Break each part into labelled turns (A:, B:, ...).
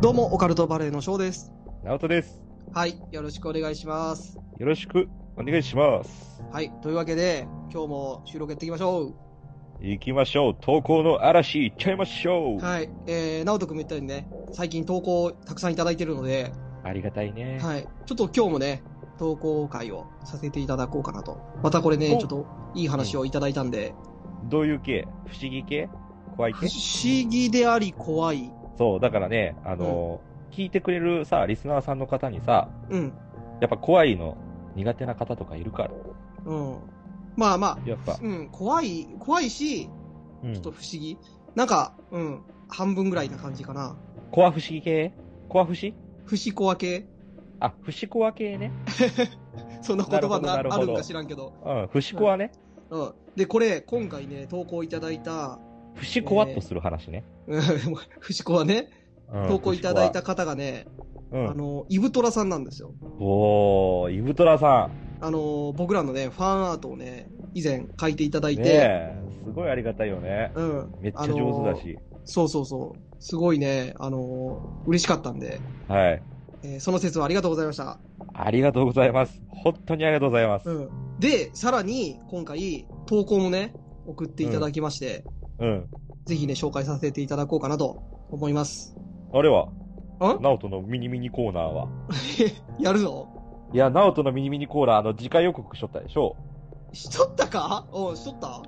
A: どうも、オカルトバレーの翔です。
B: 直人です。
A: はい、よろしくお願いします。
B: よろしくお願いします。
A: はい、というわけで、今日も収録やっていきましょ
B: 行きましょう。投稿の嵐行っちゃいましょ
A: う。
B: う。
A: はい、えー、直人君も言ったようにね、最近投稿たくさんいただいてるので、
B: ありがたいね。
A: はい、ちょっと今日もね、投稿会をさせていただこうかなと。またこれね、
B: お
A: ちょっといい話をいただいたんで、
B: どういう系不思議系怖い
A: 不
B: 系
A: 思議であり怖い。
B: そう、だからね、あのー聞いてくれるさ、リスナーさんの方にさ、
A: うん、
B: やっぱ怖いの苦手な方とかいるから。
A: うん。まあま
B: やっ
A: あ
B: ぱ、、
A: うん、怖い、怖いし、ち
B: うん
A: ょっと不思議。なんか、うん、半分ぐらいな感じかな。
B: 怖不思議系怖不思
A: 不思怖系
B: あ、不思怖系ね。
A: そんな言葉が
B: なるほどなる
A: あ
B: ほど
A: るんか知らんけど。
B: うん、不思怖ね。
A: うん、で、これ、今回ね、投稿いただいた、
B: 不思怖っとする話ね。
A: うんふしこはね、
B: うん
A: 投稿いただい。た方がね、
B: 不思
A: あ
B: 怖うん。
A: の、イブトラさんなんですよ。
B: おー、イブトラさん。
A: あの、僕らのね、ファンアートをね、以前書いていただいて、
B: ねえ、すごいありがたいよね。
A: うん。
B: めっちゃ上手だし。
A: あの。そうそうそう。すごいね、あの、嬉しかったんで、
B: はい。
A: えーその説はありがとうございました。
B: ありがとうございます。本当にありがとうございます。
A: うん。で、さらに、今回、投稿もね、送っていただきまして、
B: うん。
A: ぜひね、紹介させていただこうかなと思います。
B: あれは、
A: ん
B: ナオトのミニミニコーナーは。
A: やるぞ。
B: いや、ナオトのミニミニコーナー、あの、次回予告しとったでしょ
A: しとったかうん、しとった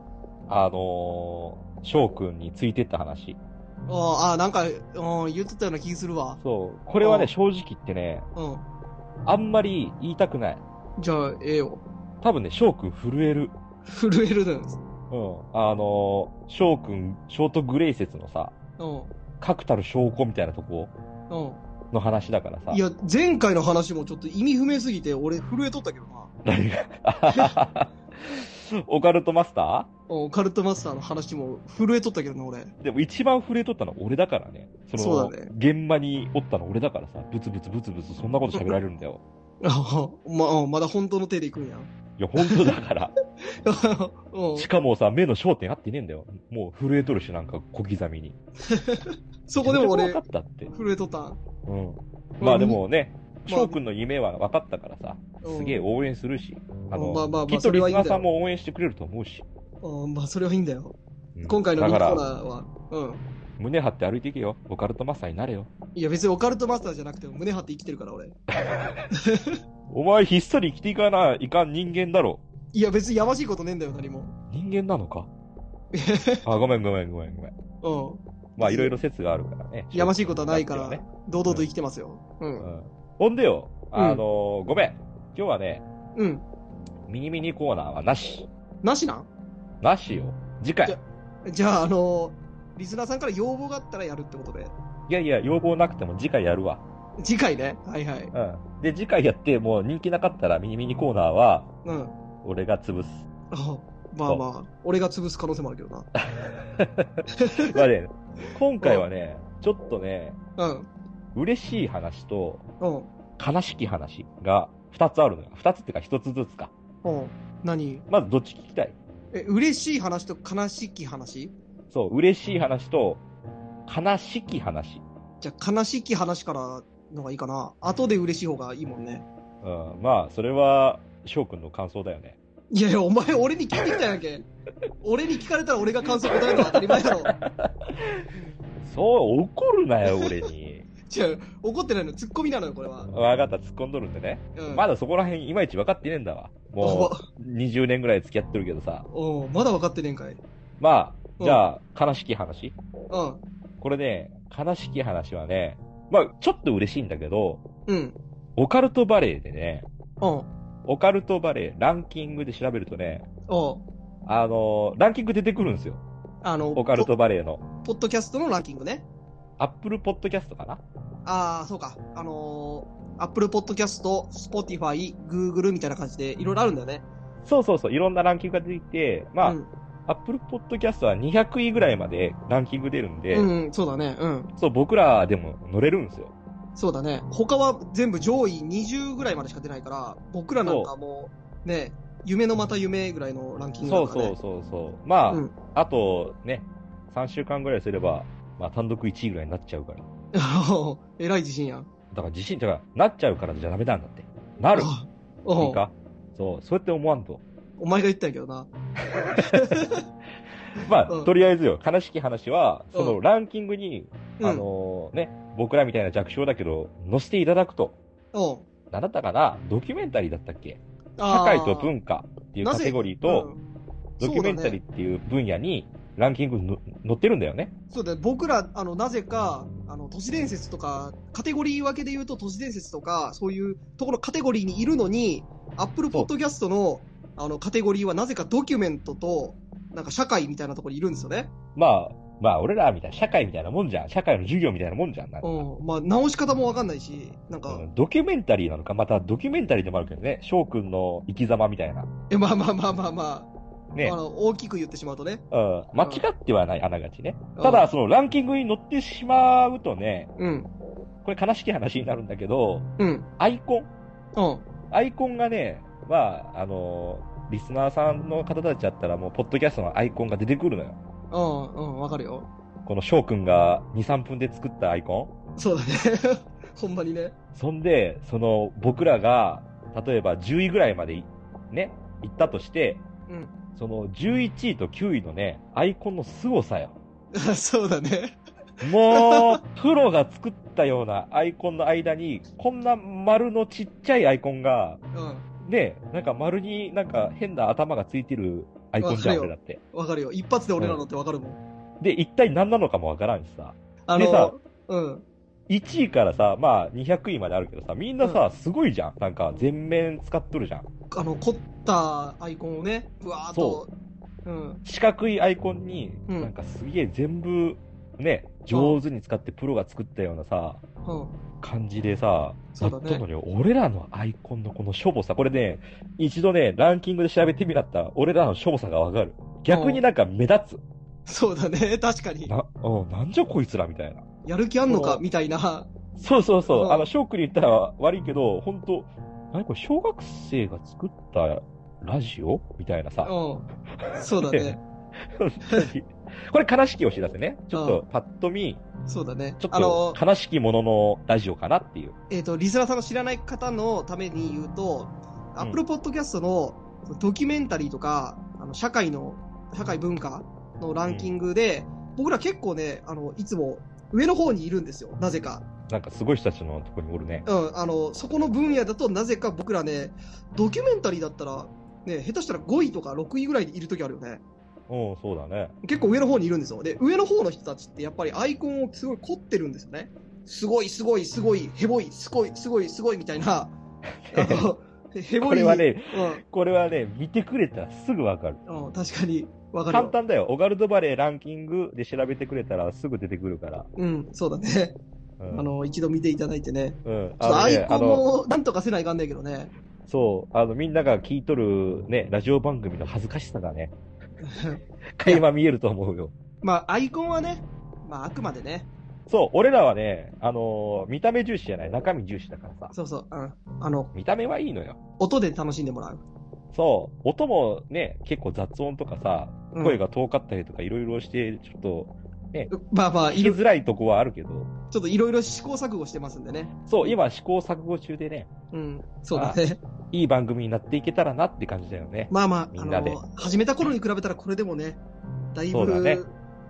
B: あのー、翔くんについてった話。
A: ああ、なんか、うん、言ってたような気するわ。
B: そう。これは
A: あ
B: ね、正直言ってね、
A: うん。
B: あんまり言いたくない。
A: じゃあ、ええよ。
B: 多分ね、翔くん震える。
A: 震えるのよ。
B: うん。あのー、翔くん、ショートグレイ説のさ、
A: う
B: 確たる証拠みたいなとこ
A: ん。
B: の話だからさ。
A: うん。いや、前回の話もちょっと意味不明すぎて、俺震えとったけどな。
B: 何が オカルトマスタ
A: うん、オカルトマスターの話も震えとったけどな、俺。
B: ーでも一番触れとったの俺だからね。その
A: そうだね
B: 現場におったの俺だからさ、ブツブツブツブツそんなこと喋られるんだよ。
A: あまあ、まだ本当の手でいくんや。
B: いや、本当だから。
A: うん。
B: しかもさ、目の焦点合ってねえんだよ。もう震えとるし、なんか小刻みに。
A: そこでも
B: 分
A: 俺
B: か、ったって。
A: 震えとった。
B: うん。まあでもね、
A: まあ
B: 翔くんの夢は分かったからさ、
A: うん
B: すげえ応援するし、あの、
A: まあまあまあ
B: きっと
A: それ
B: リ
A: はい
B: ス
A: いんだよ
B: ナーさんも応援してくれると思うし。
A: うん、まあ、それはいいんだよ。
B: うん
A: 今回のリン
B: だ
A: クコ
B: か
A: ーナ
B: ら、
A: ーは。うん。
B: 胸張って歩いていけよ。オカルトマスターになれよ。
A: いや、別にオカルトマスターじゃなくても胸張って生きてるから、俺。
B: お前ひっそり生きていかないかん人間だろ。
A: いや、別にやましいことねえんだよ、何も。
B: 人間なの かあ、ごめんごめんごめんごめん。
A: うん。
B: まあいろいろ説があるからね。
A: やましいことはないから、
B: ね
A: 堂々と生きてますよ。う。
B: うんん、ほんでよ、あのーごめん。今日はね、
A: うん。
B: ミニミニコーナーはなし。
A: なしなん
B: なしよ。次回。
A: じゃ
B: い
A: じゃあ、あのーリスナーさんから要望があったらやるってことで。
B: やいや、要望なくても次回やるわ。
A: 次回ね。はいはい。
B: うん。で、次回やって、もう人気なかったらミニミニコーナーは、
A: うん。
B: 俺が潰す。
A: あまあまあ、俺が潰す可能性もあるけど
B: ま あね、今回はね、ちょっとね、
A: な。うん。
B: 嬉しい話と
A: うん。
B: 悲しき話が2つあるのよ。2つっていうか1つずつか。
A: うん。何
B: まずどっち聞きたい
A: え、嬉しい話と悲しき話
B: そう、嬉しい話と、悲しき話。
A: じゃあ、悲しき話からのがいいかな。後で嬉しい方がいいもんね。
B: うん、まあ、それは、翔くんの感想だよね。
A: いやいや、お前、俺に聞いてきたやん け。俺に聞かれたら俺が感想答えるのは当たり前だろ。
B: そう、怒るなよ、俺に。
A: じゃ怒ってないの、ツッコミなのよ、これは。
B: わかった、突っ込んどるんでね。
A: うん。
B: まだそこら辺、いまいち分かってねえんだわ。もう、20年ぐらい付き合ってるけどさ。
A: おうまだ分かってねえんかい。
B: まあ、じゃあ、悲しき話
A: うん。
B: これね、悲しき話はね、まあ、ちょっと嬉しいんだけど、
A: うん。
B: オカルトバレーでね、
A: うん。
B: オカルトバレーランキングで調べるとね、
A: おう
B: あのーランキング出てくるんですよ。
A: あの、
B: オカルトバレーの。
A: ポッドキャストのランキングね。
B: アップルポッドキャストかな
A: ああ、そうか。あのー、Apple Podcast、Spotify、Google みたいな感じでいろいろあるんだよね。
B: そうそうそう、いろんなランキングが出てきて、まあ、
A: うん、
B: アップルポッドキャストは200位ぐらいまでランキング出るんで、
A: うんうん、そうだね。うん。
B: そう、僕らでも乗れるんですよ。
A: そうだね。他は全部上位20ぐらいまでしか出ないから、僕らなんかもう、ね、夢のまた夢ぐらいのランキング
B: そ
A: だ
B: う
A: から、
B: そ
A: ね
B: う。そうそう。まあ、
A: うん
B: あとね、3週間ぐらいすれば、まあ単独1位ぐらいになっちゃうから。だか
A: そうそう。 えらい自信やん。
B: ら自信、だから、なっちゃうからじゃダメなんだって。なる。
A: あ
B: い
A: お
B: いかそう、そうやって思わんと。
A: お前が言ったんやけどな。
B: まあ、
A: うん
B: とりあえずよ、悲しき話は、そうのランキングに、
A: うん、
B: あのね、僕らみたいな弱小だけど、載せていただくと、
A: おう
B: なんだったかな、ドキュメンタリーだったっけ社
A: あー
B: 会と文化っていう
A: な
B: カ
A: ぜ
B: テゴリー
A: う
B: と、
A: ん
B: ドキュメンタリーっていう分野にランキングの載ってるんだよね。
A: そうだね、僕ら、あの、なぜか、あの、都市伝説とか、カテゴリー分けで言うと都市伝説とか、そういうところカテゴリーにいるのに、アップルポッドキャストの、あの、カテゴリーはなぜかドキュメントと、なんか社会みたいなところにいるんですよね。
B: まあ、まあ、俺らみたいな、社会みたいなもんじゃん。社会の授業みたいなもんじゃん。なんか
A: うん。まあ、直し方もわかんないし、なんか、
B: うんドキュメンタリーなのか、またドキュメンタリーでもあるけどね、翔くんの生き様みたいな。
A: え、まあまあまあまあまあ、
B: ね
A: あ、の、大きく言ってしまうとね。
B: うん、間違ってはない、あながちね。
A: うん
B: ただ、、そのランキングに載ってしまうとね、
A: うん、
B: これ悲しき話になるんだけど、
A: うん、うん、
B: アイコン、
A: うん、
B: アイコンがね、まあ、あのーリスナーさんの方たちだったら、もう、ポッドキャストのアイコンが出てくるのよ。
A: うん、わかるよ。
B: この翔くんが2、3分で作ったアイコン。
A: そうだね。 ほんまにね。
B: そんで、その、僕らが、例えば10位ぐらいまでい、ね、行ったとして、
A: うん
B: その、11位と9位のね、アイコンの凄さよ。
A: そうだね。
B: もう、プロが作ったような アイコンの間に、こんな丸のちっちゃいアイコンが、
A: うん。
B: ねえ、なんか丸になんか変な頭がついてるアイコンじゃん、
A: わかる
B: 俺
A: よ
B: だって。
A: わかるよ。一発で俺らのってわかるもん。
B: で、一体何なのかもわからんしさ。
A: あ
B: でさ
A: の、うん。
B: 1位からさ、まあ200位まであるけどさ、みんなさ、すごいじゃん。なんか全面使っとるじゃん。
A: あの、凝ったアイコンをね、ぶわーっと。うん。
B: 四角いアイコンに、
A: うん
B: なんかすげえ全部、ね、上手に使ってプロが作ったようなさ、
A: うん。
B: 感じでさ、
A: そうだね
B: やったのに、俺らのアイコンのこのしょぼさ、これね、一度ね、ランキングで調べてみらったら、俺らのしょぼさがわかる。逆になんか目立つ。
A: そうだね。 確かに。
B: な、うん、なんじゃこいつらみたいな。
A: やる気あんの
B: そ
A: か
B: う
A: みたいな。
B: そうそうそうう。
A: ん
B: あの、ショックに言ったら悪いけど、本当何これ、小学生が作ったラジオみたいな
A: う
B: さ。
A: ん。そうだ ね。
B: 本当にこれ悲しきお知らせね。ちょっと、パッと見、
A: そうだね。
B: ちょっ
A: あの
B: と、、悲しきもののラジオかなっていう。
A: えっ、と、リスナーさんの知らない方のために言うと、アップルポッドキャストのドキュメンタリーとか、あの社会の、社会文化のランキングで、僕ら結構ね、あの、いつも上の方にいるんですよ。なぜか。
B: なんかすごい人たちのとこにおるね。
A: うん、あの、そこの分野だとなぜか僕らね、ドキュメンタリーだったら、ね、下手したら5位とか6位ぐらいでいる時あるよね。
B: うん、そうだね。
A: 結構上の方にいるんですよ。で、上の方の人たちってやっぱりアイコンをすごい凝ってるんですよね。すごい、すごい、すごい、ヘボい、すごい、すごい、すごいみたい な。あの、ヘボい。
B: これはね、
A: うん
B: これはね、見てくれたらすぐわかる。
A: うん、確かに、わかる
B: 簡
A: よ。
B: 単だよ。オガルドバレーランキングで調べてくれたらすぐ出てくるから。
A: うん、そうだね。
B: うん、
A: あ、の、一度見ていただいてね。
B: うん、
A: ちょっと
B: の
A: ア
B: ね
A: イコンもなんとかせないかんねんけどね。
B: そう、あの、みんなが聞いとるね、ラジオ番組の恥ずかしさがね、垣間見えると思うよ。
A: まあ、アイコンはね、まあ、あくまでね。
B: そう、俺らはね、あのー見た目重視じゃない、中身重視だからさ。
A: そうそう、うん。あの、
B: 見た目はいいのよ。
A: 音で楽しんでもらう。
B: そう、音もね、結構雑音とかさ、
A: うん
B: 声が遠かったりとかいろいろして、ちょっと、
A: まあまあ、
B: 聞
A: い
B: き
A: ろち
B: づらいとこはあるけど、
A: ょっといろいろ試行錯誤してますんでね。
B: そう、今試行錯誤中でね、
A: うん、そうだね。
B: いい番組になっていけたらなって感じだよね。
A: まあまあ、
B: み
A: あ
B: んなで
A: の、始めた頃に比べたらこれでもね、だいぶ、
B: そうだね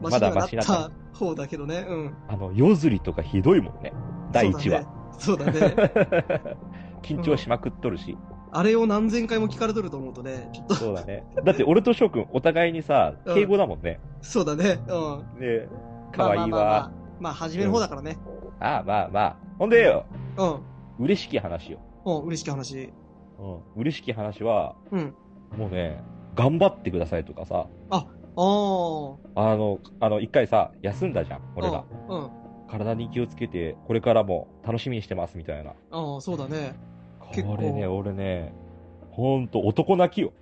A: マシには
B: まだ
A: な
B: マ
A: っ
B: シだった
A: 方だけどね。うん。
B: あの、夜釣りとかひどいもんね。第1話。
A: そうだね。そうだね
B: 緊張しまくっとるし。
A: あれを何千回も聞かれとると思うとね、ちょっと、
B: そうだね。だって俺と翔くん、お互いにさ、
A: うん
B: 敬語だもんね。
A: そうだね。うん。
B: ねか
A: まあま
B: わいい
A: あまあ
B: わ。
A: まあ。まあ、始める方だからね。
B: ああ、まあまあ。ほんでよ、
A: うん。
B: 嬉しき話よ。
A: うん、嬉しき話。
B: うん。嬉しき話は、
A: うん。
B: もうね、頑張ってくださいとかさ、
A: ああ
B: あの、あの、一回さ、休んだじゃん、
A: あ。
B: 俺が。
A: うん。うん。
B: 体に気をつけて、これからも楽しみにしてます、みたいな。
A: ああ、そうだね。結構
B: これね、俺ね、ほんと男泣きよ。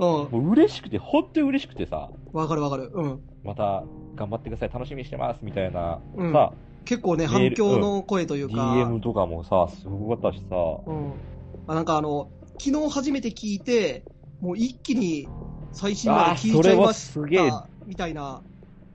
A: うん。
B: もう嬉しくて、ほんとに嬉しくてさ、
A: わかるわかる。うん。
B: また頑張ってください、楽しみにしてます、みたいな、
A: うん
B: さ、
A: 結構ね、
B: メール
A: 反響の声というか。
B: DM とかもさ、すごかったしさ、
A: うん。あ、なんかあの、昨日初めて聞いて、もう一気に最新まで聞いちゃいまし
B: あーそれ
A: た、
B: は
A: みたいな。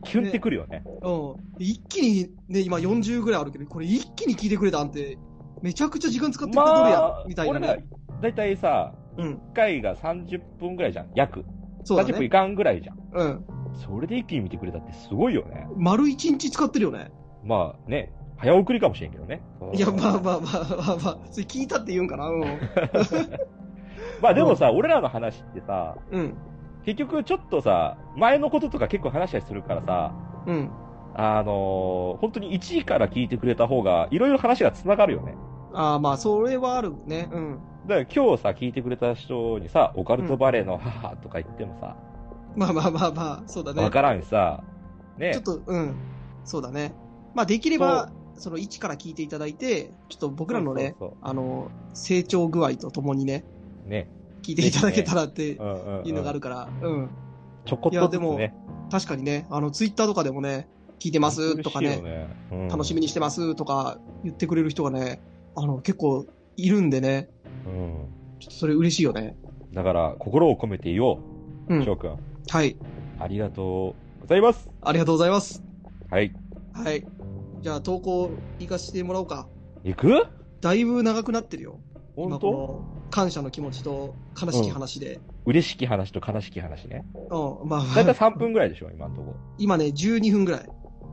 B: キュンってくるよね。
A: うん。一気にね、今40ぐらいあるけど、これ一気に聞いてくれたなんて、めちゃくちゃ時間使ってくれとるやん、みたいな
B: 俺ら
A: ね。、
B: だいたいさ、
A: うん。
B: 1回が30分ぐらいじゃん、約。
A: そうだ
B: 30分い
A: ね。
B: かんぐらいじゃん。
A: うん。
B: それで一気に見てくれたってすごいよね。
A: 丸一日使ってるよね。
B: まあね、早送りかもしれんけどね。
A: いや、まあまあまあまあまあ、それ聞いたって言うんかな。うん。
B: まあでもさ、俺らの話ってさ、
A: うん。
B: 結局ちょっとさ、前のこととか結構話したりするからさ、
A: うん。
B: あのー本当に1位から聞いてくれた方が、いろいろ話が繋がるよね。
A: ああ、まあ、それはあるね。うん。
B: だから今日さ、聞いてくれた人にさ、オカルトバレーの母とか言ってもさ、
A: まあまあまあまあ、そうだね。
B: わからんしさ、ね
A: ちょっ、と、うん、そうだね。まあ、できれば、その1から聞いていただいて、ちょっと僕らのね、
B: そうそう
A: あの、成長具合とともにね、
B: そうね、
A: 聞いていただけたらってい
B: うんうんうん
A: うのがあるから、うん。
B: ちょこっ
A: いや
B: と
A: で
B: ずつ
A: も
B: ね。
A: 確かにね、あの、ツイッターとかでもね、聞いてますとかね、楽しみにしてますとか言ってくれる人がね、あの、結構いるんでね、
B: み、うん
A: ちょっとそれ嬉しいよね。
B: だから、心を込めて言お
A: う
B: う、翔
A: ん。
B: くん。
A: はい。
B: ありがとうございます。
A: ありがとうございます。
B: はい。
A: はい。じゃあ、投稿行かしてもらおうか。
B: 行く
A: だいぶ長くなってるよ。
B: 本
A: 今
B: 当
A: この感謝の気持ちと悲しき話で。
B: 嬉しき話と悲しき話ね。
A: うん、まあ、
B: だいたい3分ぐらいでしょ、今のとこ
A: 今ね、12分ぐらい。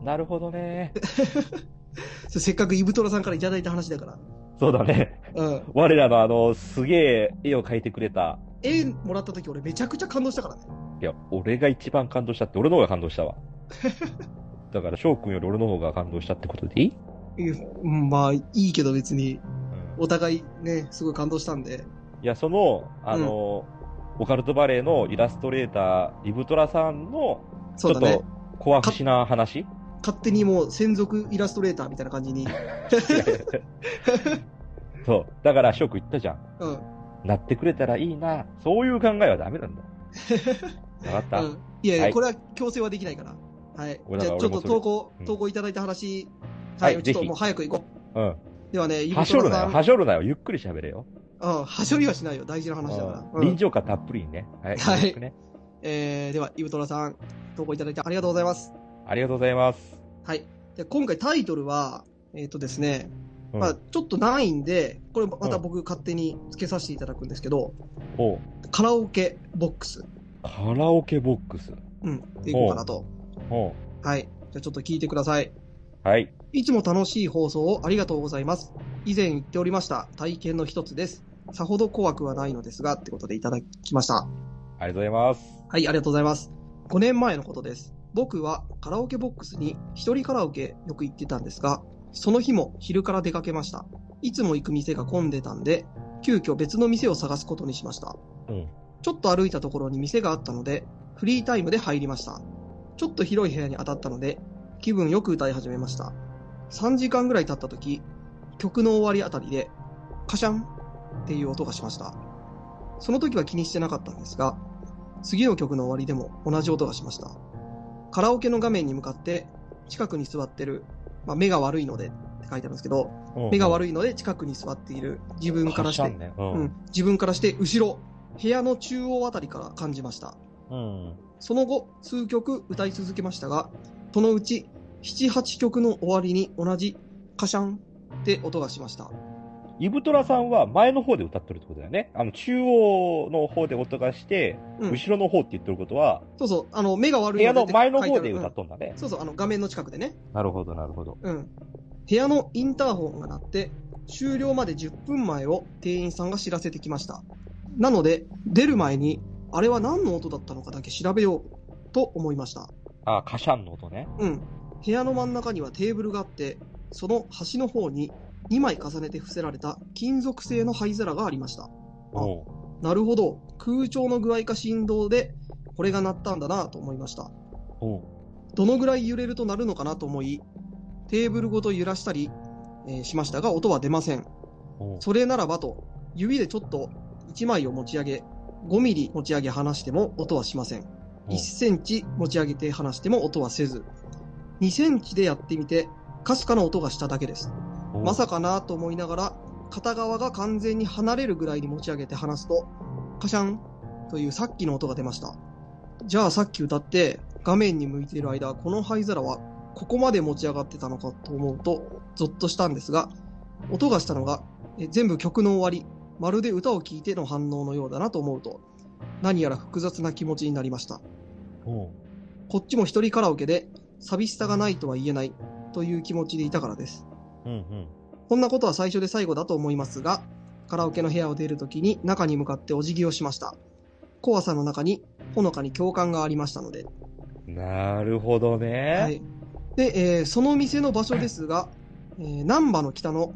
B: なるほどね。
A: それせっかくイブトラさんからいただいた話だから。
B: そうだね。
A: うん。
B: 我らのあの、すげえ絵を描いてくれた。
A: 絵もらった時俺めちゃくちゃ感動したからね。
B: いや、俺が一番感動したって、俺の方が感 動したわ。だから、翔くんより俺の方が感動したってことでいい、
A: いやうん、まあ、いいけど別に、
B: うん、い
A: お互いね、すごい感動したんで。
B: や、その、あの、オカルトバレーのイラストレーター、リブトラさんの、ち
A: そ
B: ょ
A: うだ
B: っ
A: ね
B: と。、小悪しな話
A: 勝手にもう専属イラストレーターみたいな感じに。
B: そう。だから、翔くん言ったじゃん。
A: うん。
B: なってくれたらいいな。そういう考えはダ メなんだ。わかった、
A: うん。いやい
B: は
A: や、
B: い
A: これは強制はできないから。はい
B: 俺。だ
A: じ
B: か
A: ゃ
B: ら
A: あちょ
B: 俺
A: っ
B: も
A: と
B: それ
A: 投稿
B: う、ん
A: 投稿いただいた話。は
B: はい
A: い、ちょっ
B: ぜ
A: と
B: ひ
A: もう早く行こ
B: うん。
A: う。ではね、イブト
B: は
A: ラ
B: しょるな
A: さ
B: よ、
A: ん。
B: はしょるなよ。ゆっくり喋れよ。
A: うん、はしょりはしないよ。大事な話だから。
B: うん
A: うん
B: 臨場感たっぷりにね。はい。
A: はい
B: よろしくね
A: えー、では、イブトラさん、投稿いただいてありがとうございます。
B: ありがとうございます。
A: はい。で今回タイトルは、えっ、とですね、
B: うん
A: まあ、ちょっとないんで、これまた僕勝手に付けさせていただくんですけど、
B: おう
A: カラオケボックス、
B: カラオケボックス。
A: うん、でいこうかなと。
B: おう
A: はい。じゃあちょっと聞いてください。
B: はい。
A: いつも楽しい放送をありがとうございます。以前言っておりました体験の一つです。さほど怖くはないのですが、ってことでいただきました。
B: ありがとうございます。
A: はい、ありがとうございます。5年前のことです。僕はカラオケボックスに一人カラオケよく行ってたんですが、その日も昼から出かけました。いつも行く店が混んでたんで、急遽別の店を探すことにしました。
B: うん
A: ちょっと歩いたところに店があったので、フリータイムで入りました。ちょっと広い部屋に当たったので、気分よく歌い始めました。3時間ぐらい経った時、曲の終わりあたりで、カシャンっていう音がしました。その時は気にしてなかったんですが、次の曲の終わりでも同じ音がしました。カラオケの画面に向かって、近くに座ってる、まあ、目が悪いのでって書いてあるんですけど、目が悪いので近くに座っている自分からして、
B: ね。う。
A: うんん、自分からして後ろ、部屋の中央あたりから感じました。
B: うん。
A: その後、数曲歌い続けましたが、そのうち7、8曲の終わりに同じカシャンって音がしました。
B: イブトラさんは前の方で歌ってるってことだよね。あの、中央の方で音がして、
A: うん、
B: 後ろの方って言ってることは、
A: そうそう、あの、目が悪
B: 部
A: い
B: 屋
A: のでって
B: の前の
A: 書いてあ
B: 方
A: る
B: で歌
A: うん
B: っとんだね。
A: そうそう、あの、画面の近くでね。
B: なるほど、なるほど。
A: うん。部屋のインターホンが鳴って、終了まで10分前を店員さんが知らせてきました。なので、出る前に、あれは何の音だったのかだけ調べようと思いました。
B: あ、カシャンの音ね。
A: うん。部屋の真ん中にはテーブルがあって、その端の方に2枚重ねて伏せられた金属製の灰皿がありました。
B: おう
A: なるほど。空調の具合か振動でこれが鳴ったんだなと思いました。
B: おう
A: どのぐらい揺れると鳴るのかなと思い、テーブルごと揺らしたり、えーしましたが、音は出ません。
B: おう
A: それならばと、指でちょっと1枚を持ち上げ、5ミリ持ち上げ離しても音はしません。
B: おう
A: 1センチ持ち上げて離しても音はせず、2センチでやってみて、かすかな音がしただけです。
B: おう
A: まさかなと思いながら、片側が完全に離れるぐらいに持ち上げて離すと、カシャンというさっきの音が出ました。じゃあさっき歌って、画面に向いている間、この灰皿はここまで持ち上がってたのかと思うと、ゾッとしたんですが、音がしたのが、え全部曲の終わり、まるで歌を聴いての反応のようだなと思うと、何やら複雑な気持ちになりました。
B: おう
A: こっちも一人カラオケで、寂しさがないとは言えないという気持ちでいたからです。
B: うんうん。
A: こんなことは最初で最後だと思いますが、カラオケの部屋を出るときに中に向かってお辞儀をしました。怖さの中に、ほのかに共感がありましたので。
B: なるほどね。
A: はい。で、えーその店の場所ですが、えー、南波の北の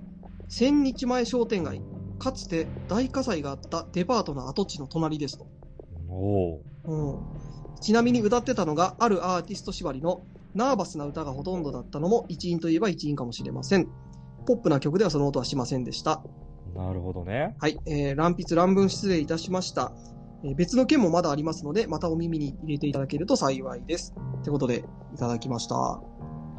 A: 千日前商店街、かつて大火災があったデパートの跡地の隣ですと。
B: おう
A: うん、ちなみに歌ってたのがあるアーティスト縛りのナーバスな歌がほとんどだったのも一因といえば一因かもしれません。ポップな曲ではその音はしませんでした。
B: なるほどね。
A: はい、えー乱筆乱文失礼いたしました。えー別の件もまだありますので、またお耳に入れていただけると幸いです。ってことで、いただきました。は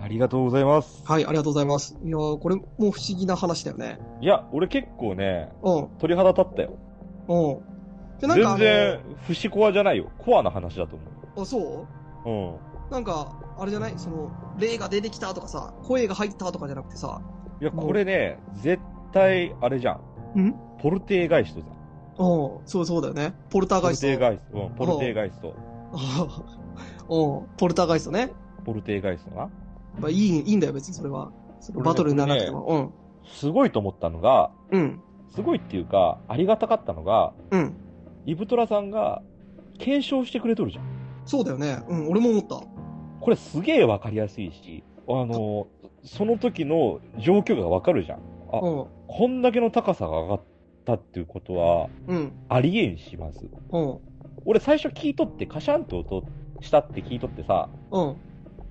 B: ありがとうございま
A: い、
B: す。
A: ありがとうございます。いやーこれも不思議な話だよね。
B: いや、俺結構ね、
A: うん、
B: 鳥肌立ったよ。
A: うん。で、なんか
B: 全
A: あ
B: 然、節コアじゃないよ。コアな話だと
A: の、あ、そう
B: 思う。
A: なんか、あれじゃないその、霊が出てきたとかさ、声が入ったとかじゃなくてさ、
B: うん。いや、これね、絶対、あれじゃん。
A: ん
B: ポルテーガイストじゃん。
A: うん、そうそうだよね。ポルター
B: ポ
A: ガイ
B: ル
A: スト。
B: テーガイスト。うん、ポルテーガイスト。
A: うん、ポルターガイストね。
B: ポルテーガイストな。
A: まあ、いい、いいんだよ、別にそれは。そのバトルにならなくても。
B: すごいと思ったのが、
A: うん、うん、
B: すごいっていうか、ありがたかったのが、
A: うん。
B: イブトラさんが、継承してくれとるじゃん。
A: そうだよね。うん、俺も思った。
B: これすげえわかりやすいし、あの、その時の状況がわかるじゃん。あ
A: う
B: こんだけの高さが上がったっていうことは、
A: ん、うん、
B: ありえんします。
A: うん、
B: 俺最初聞いとって、カシャンって音したって聞いとってさ、
A: うん、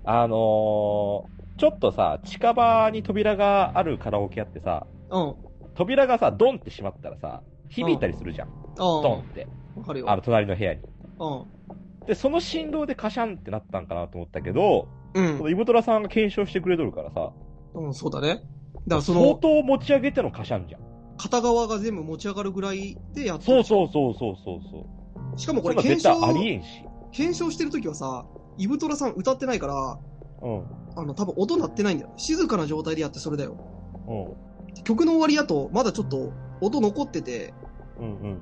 B: あのーちょっとさ、近場に扉があるカラオケ屋ってさ、
A: うん。
B: 扉がさ、ドンって閉まったらさ、響いたりするじゃん。
A: あ
B: ドンって。
A: わかる
B: あ
A: よ。
B: の、隣の部屋に。
A: う
B: で、その振動でカシャンってなったんかなと思ったけど、
A: ん
B: その。イブトラさんが検証してくれとるからさ、
A: うん、そうだね。だからそ
B: 相
A: の、
B: 当持ち上げてのカシャンじゃん。
A: 片側が全部持ち上がるぐらいでやって
B: そう
A: る
B: そうそうそうそうそう。
A: しかもこ
B: そ
A: れ
B: んな
A: 検
B: 絶対
A: 証、
B: ありえんし。
A: 検証してるときはさ、イブトラさん歌ってないから、
B: うん。
A: あの、多分音鳴ってないんだよ。静かな状態でやってそれだよ。
B: うん。
A: 曲の終わりだと、まだちょっと音残ってて、
B: うんうん。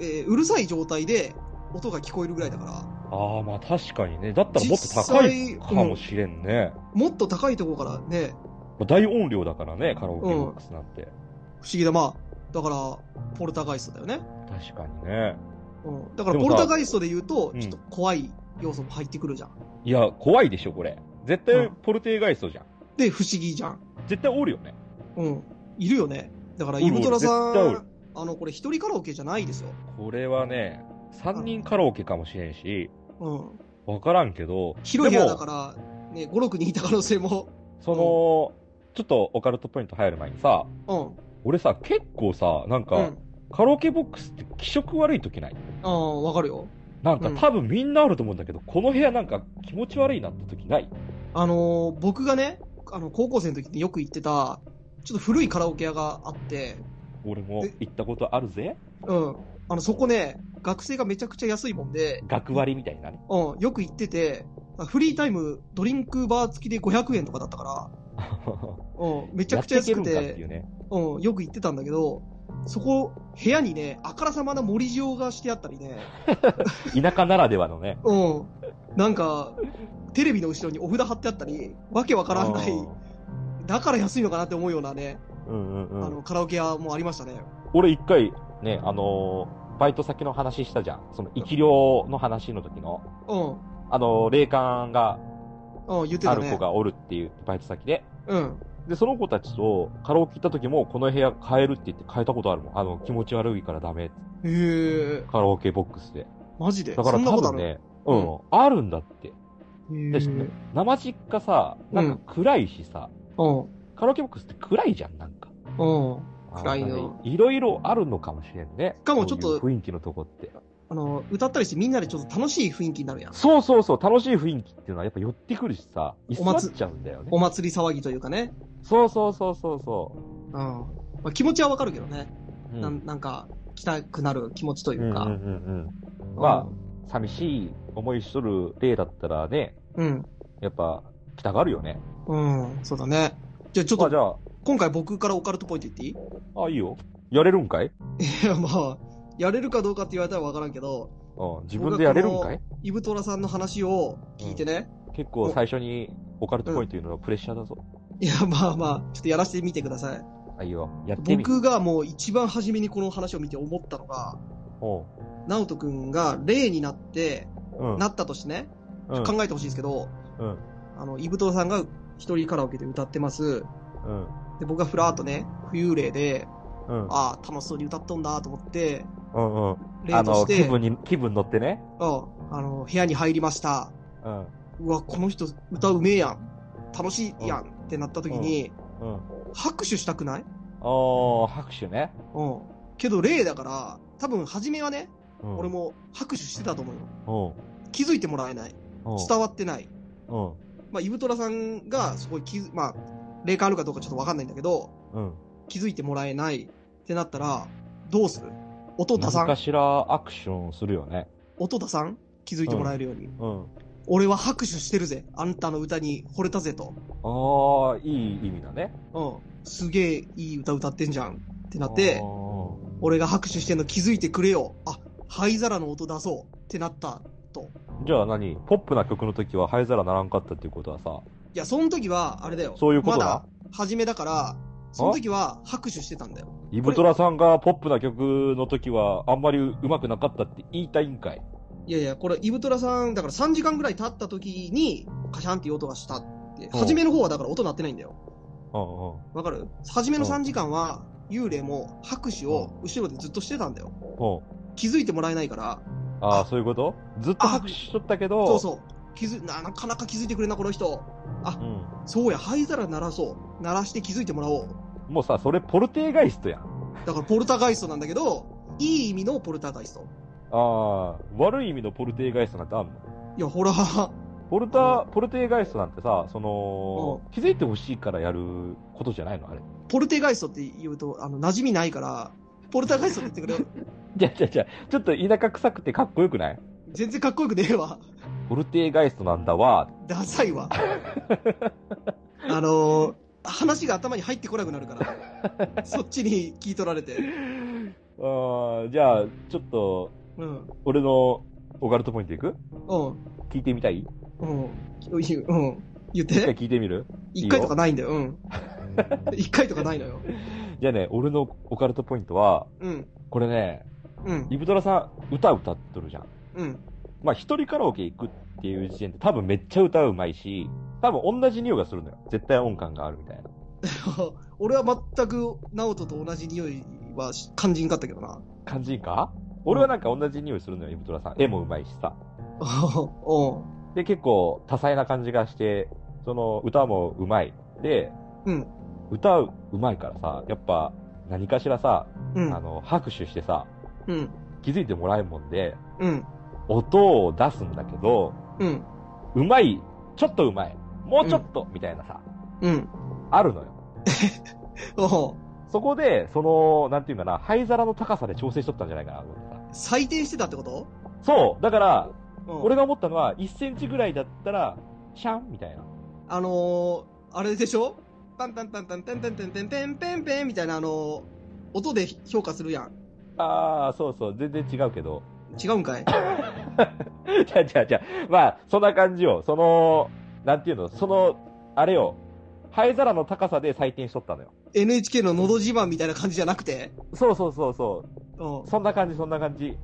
A: えーうるさい状態で音が聞こえるぐらいだから、
B: ああ、まあ確かにね。だったらもっと高いかもしれんね。
A: もっと高いところからね、
B: まあ大音量だからね、カラオケボックスなんて。
A: 不思議だ。まあ、だから、ポルターガイストだよね。
B: 確かにね。
A: うんだから
B: でも
A: ポ
B: さ
A: ルターガイストで言うと
B: う、ん
A: ちょっと怖い要素も入ってくるじゃん。
B: いや、怖いでしょ、これ。絶対ポルテーガイストじゃん。
A: で、不思議じゃん。
B: 絶対おるよね。
A: うん。いるよね。だから、
B: おる
A: イブトラさ
B: おる絶対お
A: ん、あの、これ一人カラオケじゃないですよ。
B: これはね、3人カラオケかもしれんし、
A: うん。
B: わからんけど、。
A: 広い部屋だからら、ね、5、6人いた可能性も。
B: その、ちょっとオカルトポイント入る前にさ、
A: うん。
B: 俺さ、結構さ、なん
A: う
B: か、
A: ん。
B: カラオケボックスって気色悪い時ない
A: ああ、わかるよ。
B: なんか
A: うん
B: 多分みんなあると思うんだけど、この部屋なんか気持ち悪いなって時ない
A: あのー僕がね、あの、高校生の時によく行ってた、ちょっと古いカラオケ屋があって、
B: 俺も
A: え
B: 行ったことあるぜ。
A: うん。あの、そこね、学生がめちゃくちゃ安いもんで、
B: 学割みたいなね。
A: うん、よく行ってて、フリータイム、ドリンクバー付きで500円とかだったから、うん、めちゃくちゃ安くて、
B: やっていけるんかっていうね。
A: うん、よく行ってたんだけど、そこ、部屋にね、あからさまな森塩がしてあったりね、
B: 田舎ならではのね。
A: うん、なんか、テレビの後ろにお札貼ってあったり、わけわからんない、だから安いのかなって思うようなね、
B: うんうんうん
A: あの、カラオケ屋もありましたね。
B: 俺一回、ね、あのーバイト先の話したじゃん。その、生き量の話の時の。
A: う
B: あのー霊感が
A: ん、うん、言って
B: あ
A: た
B: る
A: ね
B: 子。がおるっていう、バイト先で。
A: うん。
B: で、その子たちとカラオケ行った時も、この部屋変えるって言って変えたことあるもん。あの、気持ち悪いからダメ。
A: へえ、
B: カラオケボックスで。
A: マジで。
B: だから
A: そんなこ
B: 多
A: とある
B: 分ね、うん、あるんだって。
A: へ
B: で
A: ー
B: 生実家さ、なんか暗いしさ、
A: うん。
B: カラオケボックスって暗いじゃん、なんか。
A: うん。暗いよ
B: あーなんかいろいろあるのかもしれんね。
A: しかもちょっと
B: こういう雰囲気のとこって。
A: あの、歌ったりしてみんなでちょっと楽しい雰囲気になるやん。
B: そうそうそう、楽しい雰囲気っていうのはやっぱ寄ってくるしさ、居
A: お
B: 座っ
A: 祭
B: ちゃうんだよね
A: お。祭り騒ぎというかね。
B: そうそうそうそうそ
A: うん。まあ、気持ちはわかるけどね。
B: う。
A: な
B: うん
A: んなんか、来たくなる気持ちとい
B: うんう
A: うん
B: う
A: か。
B: んまうん。寂しい思いしとる例だったらね、
A: あ。うん。
B: やっぱ来たがるよね。
A: うん。そうだね。じゃあちょ
B: あ、
A: っ
B: じ
A: と、
B: ゃあ、
A: 今回僕からオカルトポイント言っていい
B: あ、いいよ。やれるんかい
A: い や、まあ、やれるかどうかって言われたらわからんけど、
B: うん、自分でやれるんかい
A: イブトラさんの話を聞いてね。
B: 結構最初にオカルトポイント言うのはプレッシャーだぞ。
A: いや、まあまあ、ちょっとやらせてみてください。
B: あ、いいよ。やってみ。
A: 僕がもう一番初めにこの話を見て思ったのが、
B: おう
A: 直人くんが例になって、
B: うん。
A: なったとしてね、
B: うん、
A: 考えてほしいんですけど、
B: うん。
A: あの、イブトラさんが一人カラオケで歌ってます。
B: うん。
A: で、僕がふらーっとね、浮遊霊で、
B: うん。
A: ああ、楽しそうに歌っとんだと思って、
B: うんうん。
A: 例
B: あ
A: とし
B: の、気
A: て、
B: 分に、気分乗ってね。
A: うんあの、部屋に入りました。
B: うん。
A: うわ、この人歌うめえやん。楽しいやんってなった時に、
B: うん。
A: 拍手したくない
B: おー、拍手ね。
A: うん。けど、例だから、多分、初めはね、
B: うん、
A: 俺も拍手してたと思うよ。
B: うん、
A: 気づいてもらえない。
B: うん。
A: 伝わってない。
B: うん。
A: まあ、イブトラさんが、すごい気づ、まあ、霊感あるかどうかちょっとわかんないんだけど、
B: うん。
A: 気づいてもらえないってなったら、どうする音田さ
B: 何か
A: ん
B: しらアクションするよね。
A: 音田さん気づいてもらえるように。
B: うん。
A: 俺は拍手してるぜ。あんたの歌に惚れたぜと。
B: あー、いい意味だね。
A: うん。すげえいい歌歌ってんじゃんってなって
B: あ、ー
A: 俺が拍手してんの気づいてくれよ。あ、灰皿の音出そうってなったと。
B: じゃあ何ポップな曲の時は灰皿ならんかったっていうことはさ、
A: いや、その時は、あれだよ。
B: そういうこと
A: ま
B: だ
A: だ、初めだから、その時は拍手してたんだよ。
B: イブトラさんがポップな曲の時はあんまりうまくなかったって言いたいんかい。
A: いやいや、これ、イブトラさん、だから3時間ぐらい経った時に、カシャンっていう音がしたって。
B: うん
A: 初めの方はだから音鳴ってないんだよ。
B: うんうん。
A: わかる初めの
B: うん
A: 3時間は、幽霊も拍手を後ろでずっとしてたんだよ。
B: うん。
A: 気づいてもらえないから、
B: あー、そういうことずっと拍手しとったけど、
A: そうそう。気づ、な、なかなか気づいてくれんな、この人。
B: う。ん。
A: そうや、灰皿鳴らそう。鳴らして気づいてもらおう。
B: もうさ、それポルテーガイストやん。
A: だから、ポルターガイストなんだけど、いい意味のポルターガイスト。
B: あー、悪い意味のポルテーガイストなんてあんの
A: いや、ほら、
B: ポルタ、ポルテーガイストなんてさ、その
A: う、
B: 気づいてほしいからやることじゃないのあれ。
A: ポルテーガイストって言うと、あの、馴染みないから、ポルターガイストって言ってくれよ。
B: じゃじゃじゃちょっと田舎臭くてかっこよくない
A: 全然かっこよくねえわ。
B: ポルテーガイストなんだわ。
A: ダサいわ。あのー話が頭に入ってこなくなるから、そっちに聞い取られて。
B: あーじゃあ、ちょっと、
A: うん。
B: 俺のオカルトポイントいく
A: うん。
B: 聞いてみたい
A: うん。言ううん。言っ
B: 一回
A: て。
B: 聞いてみる
A: 一
B: いいよ
A: 回とかないんだよ。うん。一回とかないのよ。
B: じゃあね、俺のオカルトポイントは、
A: うん。
B: これね、
A: うん。
B: イブドラさん歌歌っとるじゃん。
A: うん。
B: まあ、一人カラオケ行くっていう時点で多分めっちゃ歌うまいし、多分同じ匂いがするのよ。絶対音感があるみたいな。
A: 俺は全く、直人と同じ匂いはし感じんかったけどな。
B: 感じか俺はなんか同じ匂いするのよ、イブトラさん。絵もうまいしさ。
A: う
B: で、結構多彩な感じがして、その歌もうまい。で、
A: ん。うん。
B: 歌ううまいからさ、やっぱ何かしらさ、
A: う
B: あ
A: ん。
B: の、拍手してさ、
A: うん。
B: 気づいてもらえるもんで、
A: うん。
B: 音を出すんだけど、
A: うん。
B: うまい、ちょっとうまい、もうちょっと、みたいなさ、
A: うん。
B: あるのよ。
A: おう
B: そこで、その、なんていうかな、灰皿の高さで調整しとったんじゃないかな、と思ってさ。
A: 採点してたってこと
B: そう、だから、
A: うん
B: 俺が思ったのは、1センチぐらいだったら、シャンみたいな。
A: あのー、あれでしょタンタンタンタンタンタンタンタンタンタンタンみたいなあのー、音で評価するやん。
B: ああ、そうそう、全然違うけど。
A: 違うん かい
B: じゃあじゃあじゃあまあ、そんな感じよ。その、なんていうの、その、あれよ。灰皿の高さで採点しとったのよ。
A: ?NHK ののど自慢みたいな感じじゃなくて、
B: そうそうそうそうう。
A: ん、
B: そんな感じ、そんな感じ。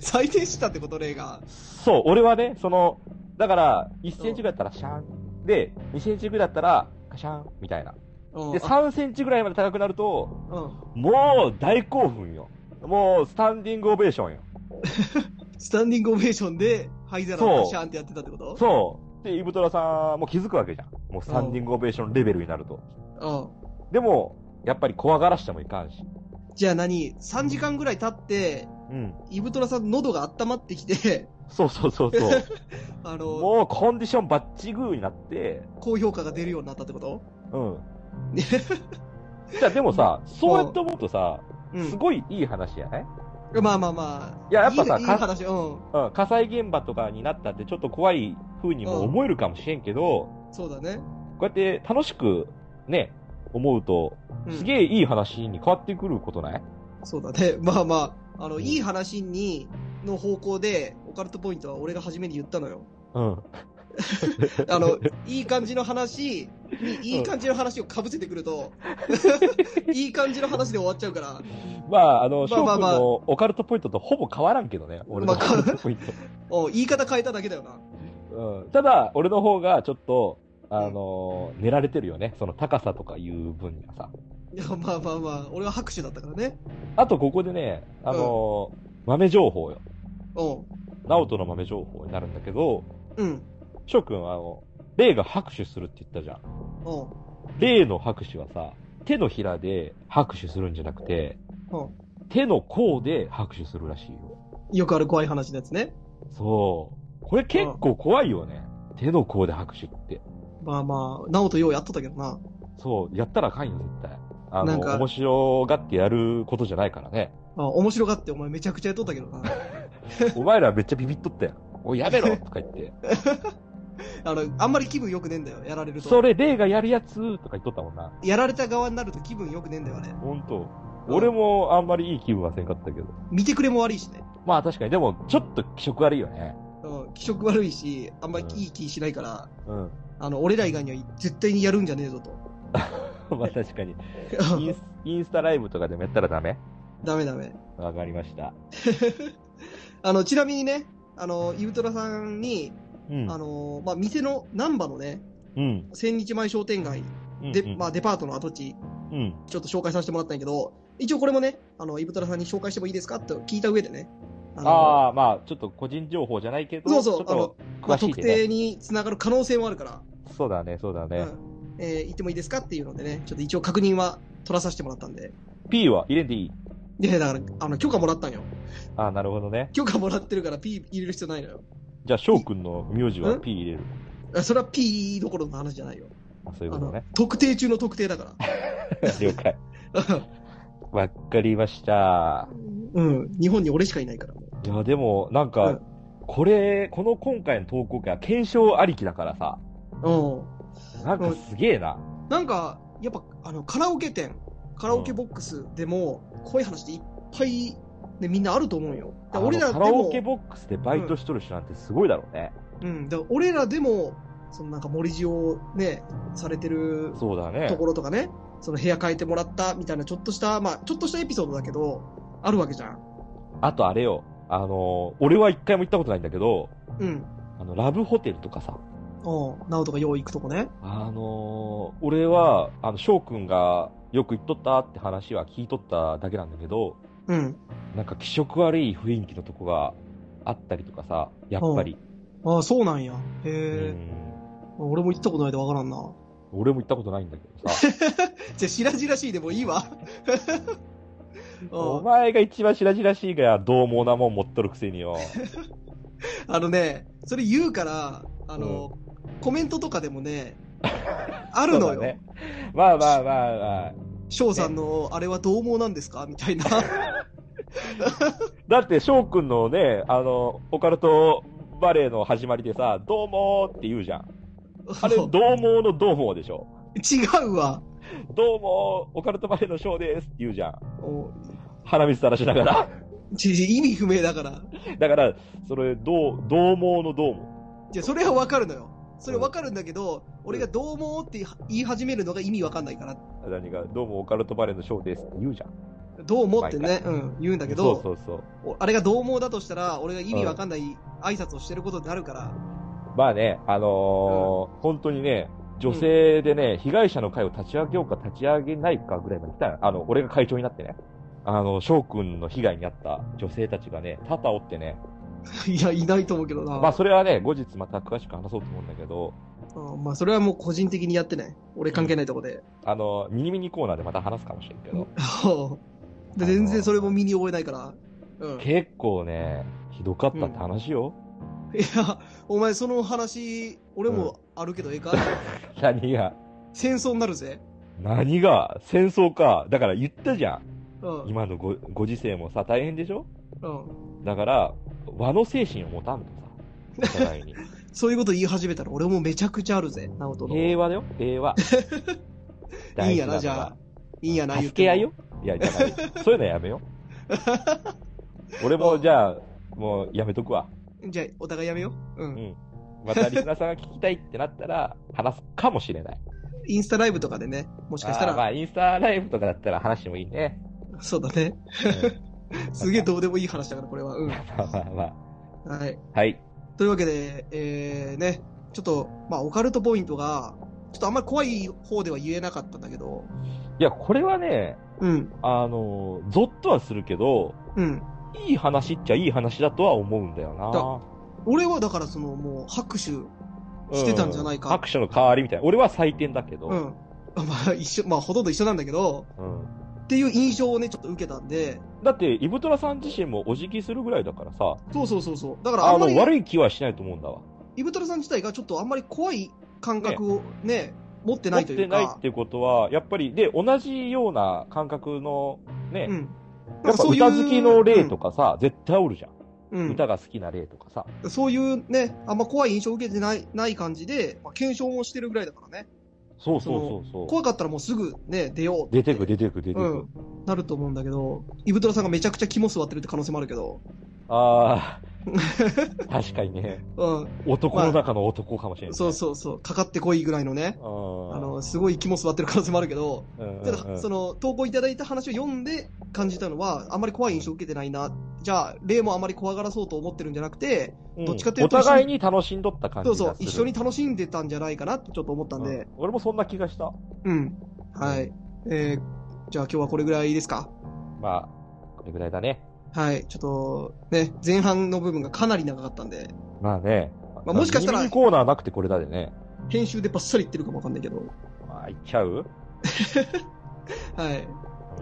A: 採点してたってこと、例が。
B: そう、俺はね、その、だから、1センチぐらいだったらシャン。で、2センチぐらいだったら、カシャン、みたいな。
A: うん
B: で、
A: あ
B: 3センチぐらいまで高くなると、
A: うん、
B: もう大興奮よ。もう、スタンディングオベーションよ。
A: スタンディングオベーションで灰皿をシャーンってやってたってこと
B: そう。で、イブトラさんも気づくわけじゃん。もうスタンディングオベーションレベルになると。
A: う
B: でも、やっぱり怖がらしてもいかんし。
A: ん。じゃあ何 ?3 時間ぐらい経って、
B: うん。
A: イブトラさん喉が温まってきて、
B: そうそうそう そう。
A: あの、
B: もうコンディションバッチグーになって、
A: 高評価が出るようになったってこと
B: うん。
A: ね
B: じゃあでもさ、そうやって思うとさ、
A: う
B: す
A: ん。
B: ごいいい話やね。
A: まあまあまあ。
B: いややっぱさ
A: いいいい
B: か
A: 話、うん。
B: うん、火災現場とかになったってちょっと怖い風にも思えるかもしれんけど、
A: そうだね。
B: こうやって楽しくね、思うと、
A: うん
B: すげえいい話に変わってくることない
A: そうだね。 まあまあ、あの、
B: うん
A: いい話に、の方向で、オカルトポイントは俺が初めに言ったのよ。
B: うん。
A: あ の、いい感じの話に、いい感じの話をかぶせてくると、 いい感じの話で終わっちゃうから、
B: まあ、あの、
A: まあまあまあ
B: 翔くんのオカルトポイントとほぼ変わらんけどね、俺のオ
A: まあ
B: カルトポイント。
A: お言い方変えただけだよな。
B: うん、ただ、俺の方がちょっと、あのー、寝られてるよね。その高さとかいう分にはさ。
A: いや、まあまあまあ、俺は拍手だったからね。
B: あと、ここでね、あのー豆情報よ。
A: おう
B: ナオトの豆情報になるんだけど、
A: うん。
B: 翔くんは、あの、霊が拍手するって言ったじゃん。
A: おう
B: 霊の拍手はさ、手のひらで拍手するんじゃなくて、
A: うん
B: 手の甲で拍手するらしいよ。
A: よくある怖い話のやつね。
B: そう。これ結構怖いよね。手の甲で拍手って。
A: まあまあ、直人ようやっとったけどな。
B: そう、やったらあかんよ、絶対。あ
A: な
B: の、
A: んか
B: 面白がってやることじゃないか らね。
A: あ面白がってお前めちゃくちゃやっとったけどな。
B: お前らめっちゃビビっとったやん。おい、やめろとか 言って。
A: あの、あんまり気分良くねえんだよ、やられると。
B: それ、霊がやるやつとか言っとったもんな。
A: やられた側になると気分良くねえんだよ、あれ。
B: ほんと。俺もあんまりいい気分はせんかったけど。
A: 見てくれも悪いしね。
B: まあ確かに、でも、ちょっと気色悪いよね。
A: うん、気色悪いし、あんまりいい気しないから、
B: うん。
A: あの、俺ら以外には絶対にやるんじゃねえぞと。
B: まあ確かに。インスインスタライブとかでもやったらダメ
A: ダメダメ。
B: わかりました。
A: あの、ちなみにね、あの、ゆうとらさんに、
B: うん。
A: あの、まあ、店の、難波のね、
B: うん。
A: 千日前商店街で、まあ、デパートの跡地、
B: うん。
A: ちょっと紹介させてもらったんやけど、一応これもね、あの、イブトラさんに紹介してもいいですかと聞いた上でね、あの、
B: ああ、まあ、ちょっと個人情報じゃないけど、
A: そうそう
B: ちょっと
A: まあ
B: 詳しい
A: 特
B: でね、
A: 定につながる可能性もあるから、
B: そうだね、そうだね。
A: うん、えー、言ってもいいですかっていうのでね、ちょっと一応確認は取らさせてもらったんで。
B: P は入れんでいい
A: で、だから、あの、許可もらったんよ。
B: ああ、なるほどね。
A: 許可もらってるから P 入れる必要ないのよ。
B: じゃあ、翔くんの名字は
A: ん
B: P 入れる。
A: あそれは P どころの話じゃないよ。
B: あそういう
A: あ
B: こと
A: の、
B: ね。
A: 特定中の特定だか
B: 了解。
A: ら。
B: わかりました。
A: うん。日本に俺しかいないから。
B: いや、でも、なん
A: う
B: か
A: ん、
B: これ、この今回の投稿会は検証ありきだからさ、
A: う
B: なんかすげえな。
A: ん。なんか、やっぱ、あの、カラオケ店、カラオケボックスでも、こういう話でいっぱい、ね、みんなあると思うよ。だから俺ら
B: あ
A: で
B: のカラオケ
A: も、
B: ボックスでバイトしとる人なんてすごいだろうね。
A: うん。だから俺らでも、そのなんか森塩をね、されてる
B: そうだね
A: と。ころとかね、その部屋変えてもらったみたいな、ちょっとした、まあ、ちょっとしたエピソードだけど、あるわけじゃん。
B: あとあれよ、あのー俺は一回も行ったことないんだけど、
A: うん。
B: あの、ラブホテルとかさ、
A: おうなおとかよう行くとこね。
B: あのー俺は、あの、翔くんがよく行っとったって話は聞いとっただけなんだけど、
A: うん。
B: なんか気色悪い雰囲気のとこがあったりとかさ、やっぱり。
A: ああ、そうなんや。
B: う
A: へえ、
B: ん。
A: 俺も行ったことないでわからんな。
B: 俺も行ったことないんだけどさ、
A: じゃあ、しらじらしいでもいい わ。
B: お
A: うん
B: 前が一番白々しいがや、どう猛なもん持っとるくせによ。
A: あのね、それ言うから、あの、コメントとかでもね、あるの
B: そう
A: よ。
B: だね。まあまあまあまあ。
A: 翔、さんの、あれはどう猛なんですかみたい な。
B: だって、翔くんのね、あの、オカルトバレーの始まりでさ、どうもーって言うじゃん。あれ、どうもーのどうもーでしょ。
A: 違うわ。
B: どうもー、オカルトバレーのショーですって言うじゃん。
A: おう
B: 鼻水垂らしながら。
A: ちち意味不明だから。
B: だから、それ、どう、どうもーのどうも。
A: じゃあそれはわかるのよ。それわかるんだけど、俺がどうもーって言い始めるのが意味わかんないから、
B: 何が、どうもオカルトバレーのショーですって言うじゃん。
A: どうもってね、うん、言うんだけど、
B: そうそうそう。
A: おあれがどうもだとしたら、俺が意味わかんない挨拶をしてることになるから、
B: まあね、あのー本当にね、女性でね、被害者の会を立ち上げようか立ち上げないかぐらいまで来たのあの、俺が会長になってね。あの、翔くんの被害に遭った女性たちがね、多々おってね、
A: いや、いないと思うけどな。
B: まあ、それはね、後日また詳しく話そうと思うんだけど、
A: うんまあ、それはもう個人的にやってね。俺関係ないとこで。
B: あの、ミニミニコーナーでまた話すかもしれんけど、
A: で全然それも身に覚えないから。うん、い
B: 結構ね、ひどかったって話よ。
A: や、お前その話、俺もあるけどええか、
B: 何が、
A: 戦争になるぜ。
B: 何が、戦争か。だから言ったじゃん。
A: うん。
B: 今のごご時世もさ、大変でしょ
A: うん。
B: だから、和の精神を持たんとさ、お 互いに。
A: そういうこと言い始めたら俺もめちゃくちゃあるぜ、ナオトの。い
B: 平和だよ、平和。
A: いんやな、
B: 大事
A: じ
B: のは
A: ゃあ。いいんやな、
B: 助け合いよ。いや、だから、そういうのやめよ う。俺も、じゃあ、もうやめとくわ。
A: 言ってもじゃあ、お互いやめよう。うん。
B: うんまたリスナーさんが聞きたいってなったら、話すかもしれない。
A: インスタライブとかでね、もしかした
B: あーま
A: ら、
B: あ、インスタライブとかだったら話してもい いね。
A: そうだね。
B: うん
A: すげえどうでもいい話だから、これは。うん。
B: まあまあま
A: はい。
B: あ。はい。
A: というわけで、えー、ね、ちょっと、まあ、オカルトポイントが、ちょっとあんまり怖い方では言えなかったんだけど、
B: いや、これはね、
A: うん、
B: あの、ゾッとはするけど、
A: うん。
B: いい話っちゃいい話だとは思うんだよ
A: 俺はだから、その、もう、拍手、
B: な。
A: してたんじゃないか
B: う拍手の代わりみたいな。俺は採点だけど。
A: うん。まあ、一緒、まあ、ほとんど一緒なんだけど、
B: うん
A: っていう印象をね、ちょっと受けたんで、
B: だって、イブトラさん自身もお辞儀するぐらいだからさ、
A: そうそうそうそう。だから、あ
B: あ
A: んま
B: の、
A: り、
B: 悪い気はしないと思うんだわ。
A: イブトラさん自体がちょっとあんまり怖い感覚をね、持ってな
B: 持っ
A: いとい
B: て
A: う
B: ない
A: か
B: っ、てことは、やっぱり、で、同じような感覚の、ね、
A: うん。
B: やっぱ歌好きの例とかさ、絶対おるじゃん。
A: うん、
B: 歌が好きな例とかさ。
A: うんそういうね、あんま怖い印象を受けてない、ない感じで、まあ、検証もしてるぐらいだからね。
B: そうそうそうそう。
A: 怖かったらもうすぐね、出よう
B: 出てく出てく出てく。
A: うんなると思うんだけど、イブトラさんがめちゃくちゃ肝座ってるって可能性もあるけど、
B: ああ、 確かにね。
A: うん、
B: 男の中の男かもしれない、
A: そうそうそう、かかってこいぐらいのね、
B: うん。
A: あの、すごい肝座ってる可能性もあるけど、
B: うん、
A: ただ、その、投稿いただいた話を読んで感じたのは、あんまり怖い印象を受けてないな。じゃあ、霊もあまり怖がらそうと思ってるんじゃなくて、
B: うん
A: どっちかっていうと
B: お互いに楽しんどった感じ
A: そ
B: が
A: う
B: する。
A: そう、一緒に楽しんでたんじゃないかなってちょっと思ったん
B: う
A: で、
B: ん俺もそんな気がした。
A: うん、はい。えー、じゃあ今日はこれぐらいですか
B: まあ、これぐらいだね。
A: はい、ちょっと、ね、前半の部分がかなり長かったんで、
B: まあね。
A: まあもしかしたら
B: ミニミニコーナーなくてこれだでね。
A: 編集でバッサリ言ってるかもわかんないけど、
B: まあ、いっちゃう
A: はい。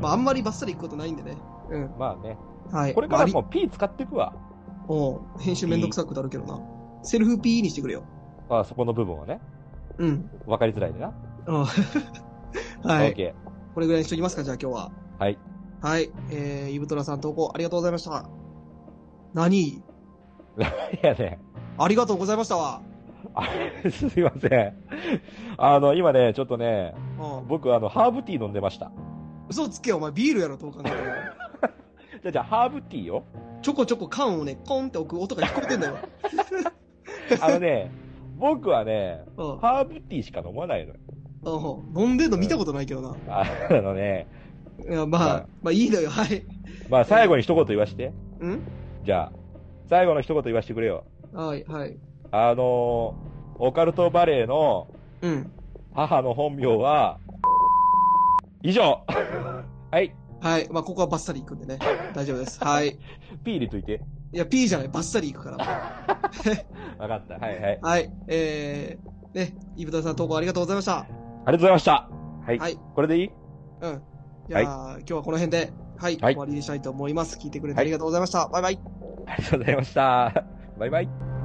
A: まあ、あんまりバッサリ行くことないんでね。うん。
B: まあね。
A: はい。
B: これから
A: まあ
B: も P 使っていくわ。
A: ありおう編集めんどくさくなるけどな。セルフ PE にしてくれよ。
B: あそこの部分はね。
A: うん。
B: わかりづらいでな。
A: うんは
B: オッ
A: い。
B: ケ
A: これぐらいにしときますか、じゃあ今日は。
B: ー。はい。
A: はい。えー、イブトラさん投稿ありがとうございました。何
B: いやね、
A: ありがとうございましたわ。
B: あすいません。あの、今ね、ちょっとね、
A: うん。
B: 僕、あの、ハーブティー飲んでました。
A: 嘘つけよ、お前ビールやろ、と考えたら。
B: じゃあ、じゃあ、ハーブティーよ。
A: ちょこちょこ缶をね、コンって置く音が聞こえてんだよ。
B: あのね、僕はね、
A: うん
B: ハーブティーしか飲まないのよ。
A: うん。飲んでんの見たことないけどな。
B: ああのね、
A: いや、ま
B: は
A: あ
B: い、
A: まあいいのよ、はい。
B: まあ、最後に一言言わして。
A: うん
B: じゃあ、最後の一言言わしてくれよ。
A: はい、はい。
B: あのー、オカルトバレーの
A: うん。
B: 母の本名は、以上はい、
A: はい。まあ、ここはバッサリ行くんでね。大丈夫です。はい。
B: P 入れといて。
A: いや、P じゃない、バッサリ行くから。
B: わかった。はいはい。
A: はい。えー、ね、イブタさん投稿ありがとうございました。
B: ありがとうございました。はい。
A: はい
B: これでいい
A: うん。じゃあ、今日はこの辺で、はい、
B: は
A: 終
B: い
A: わりにしたいと思います。聞いてくれてありがとうございました。バイバイ。
B: ありがとうございました。バイバイ。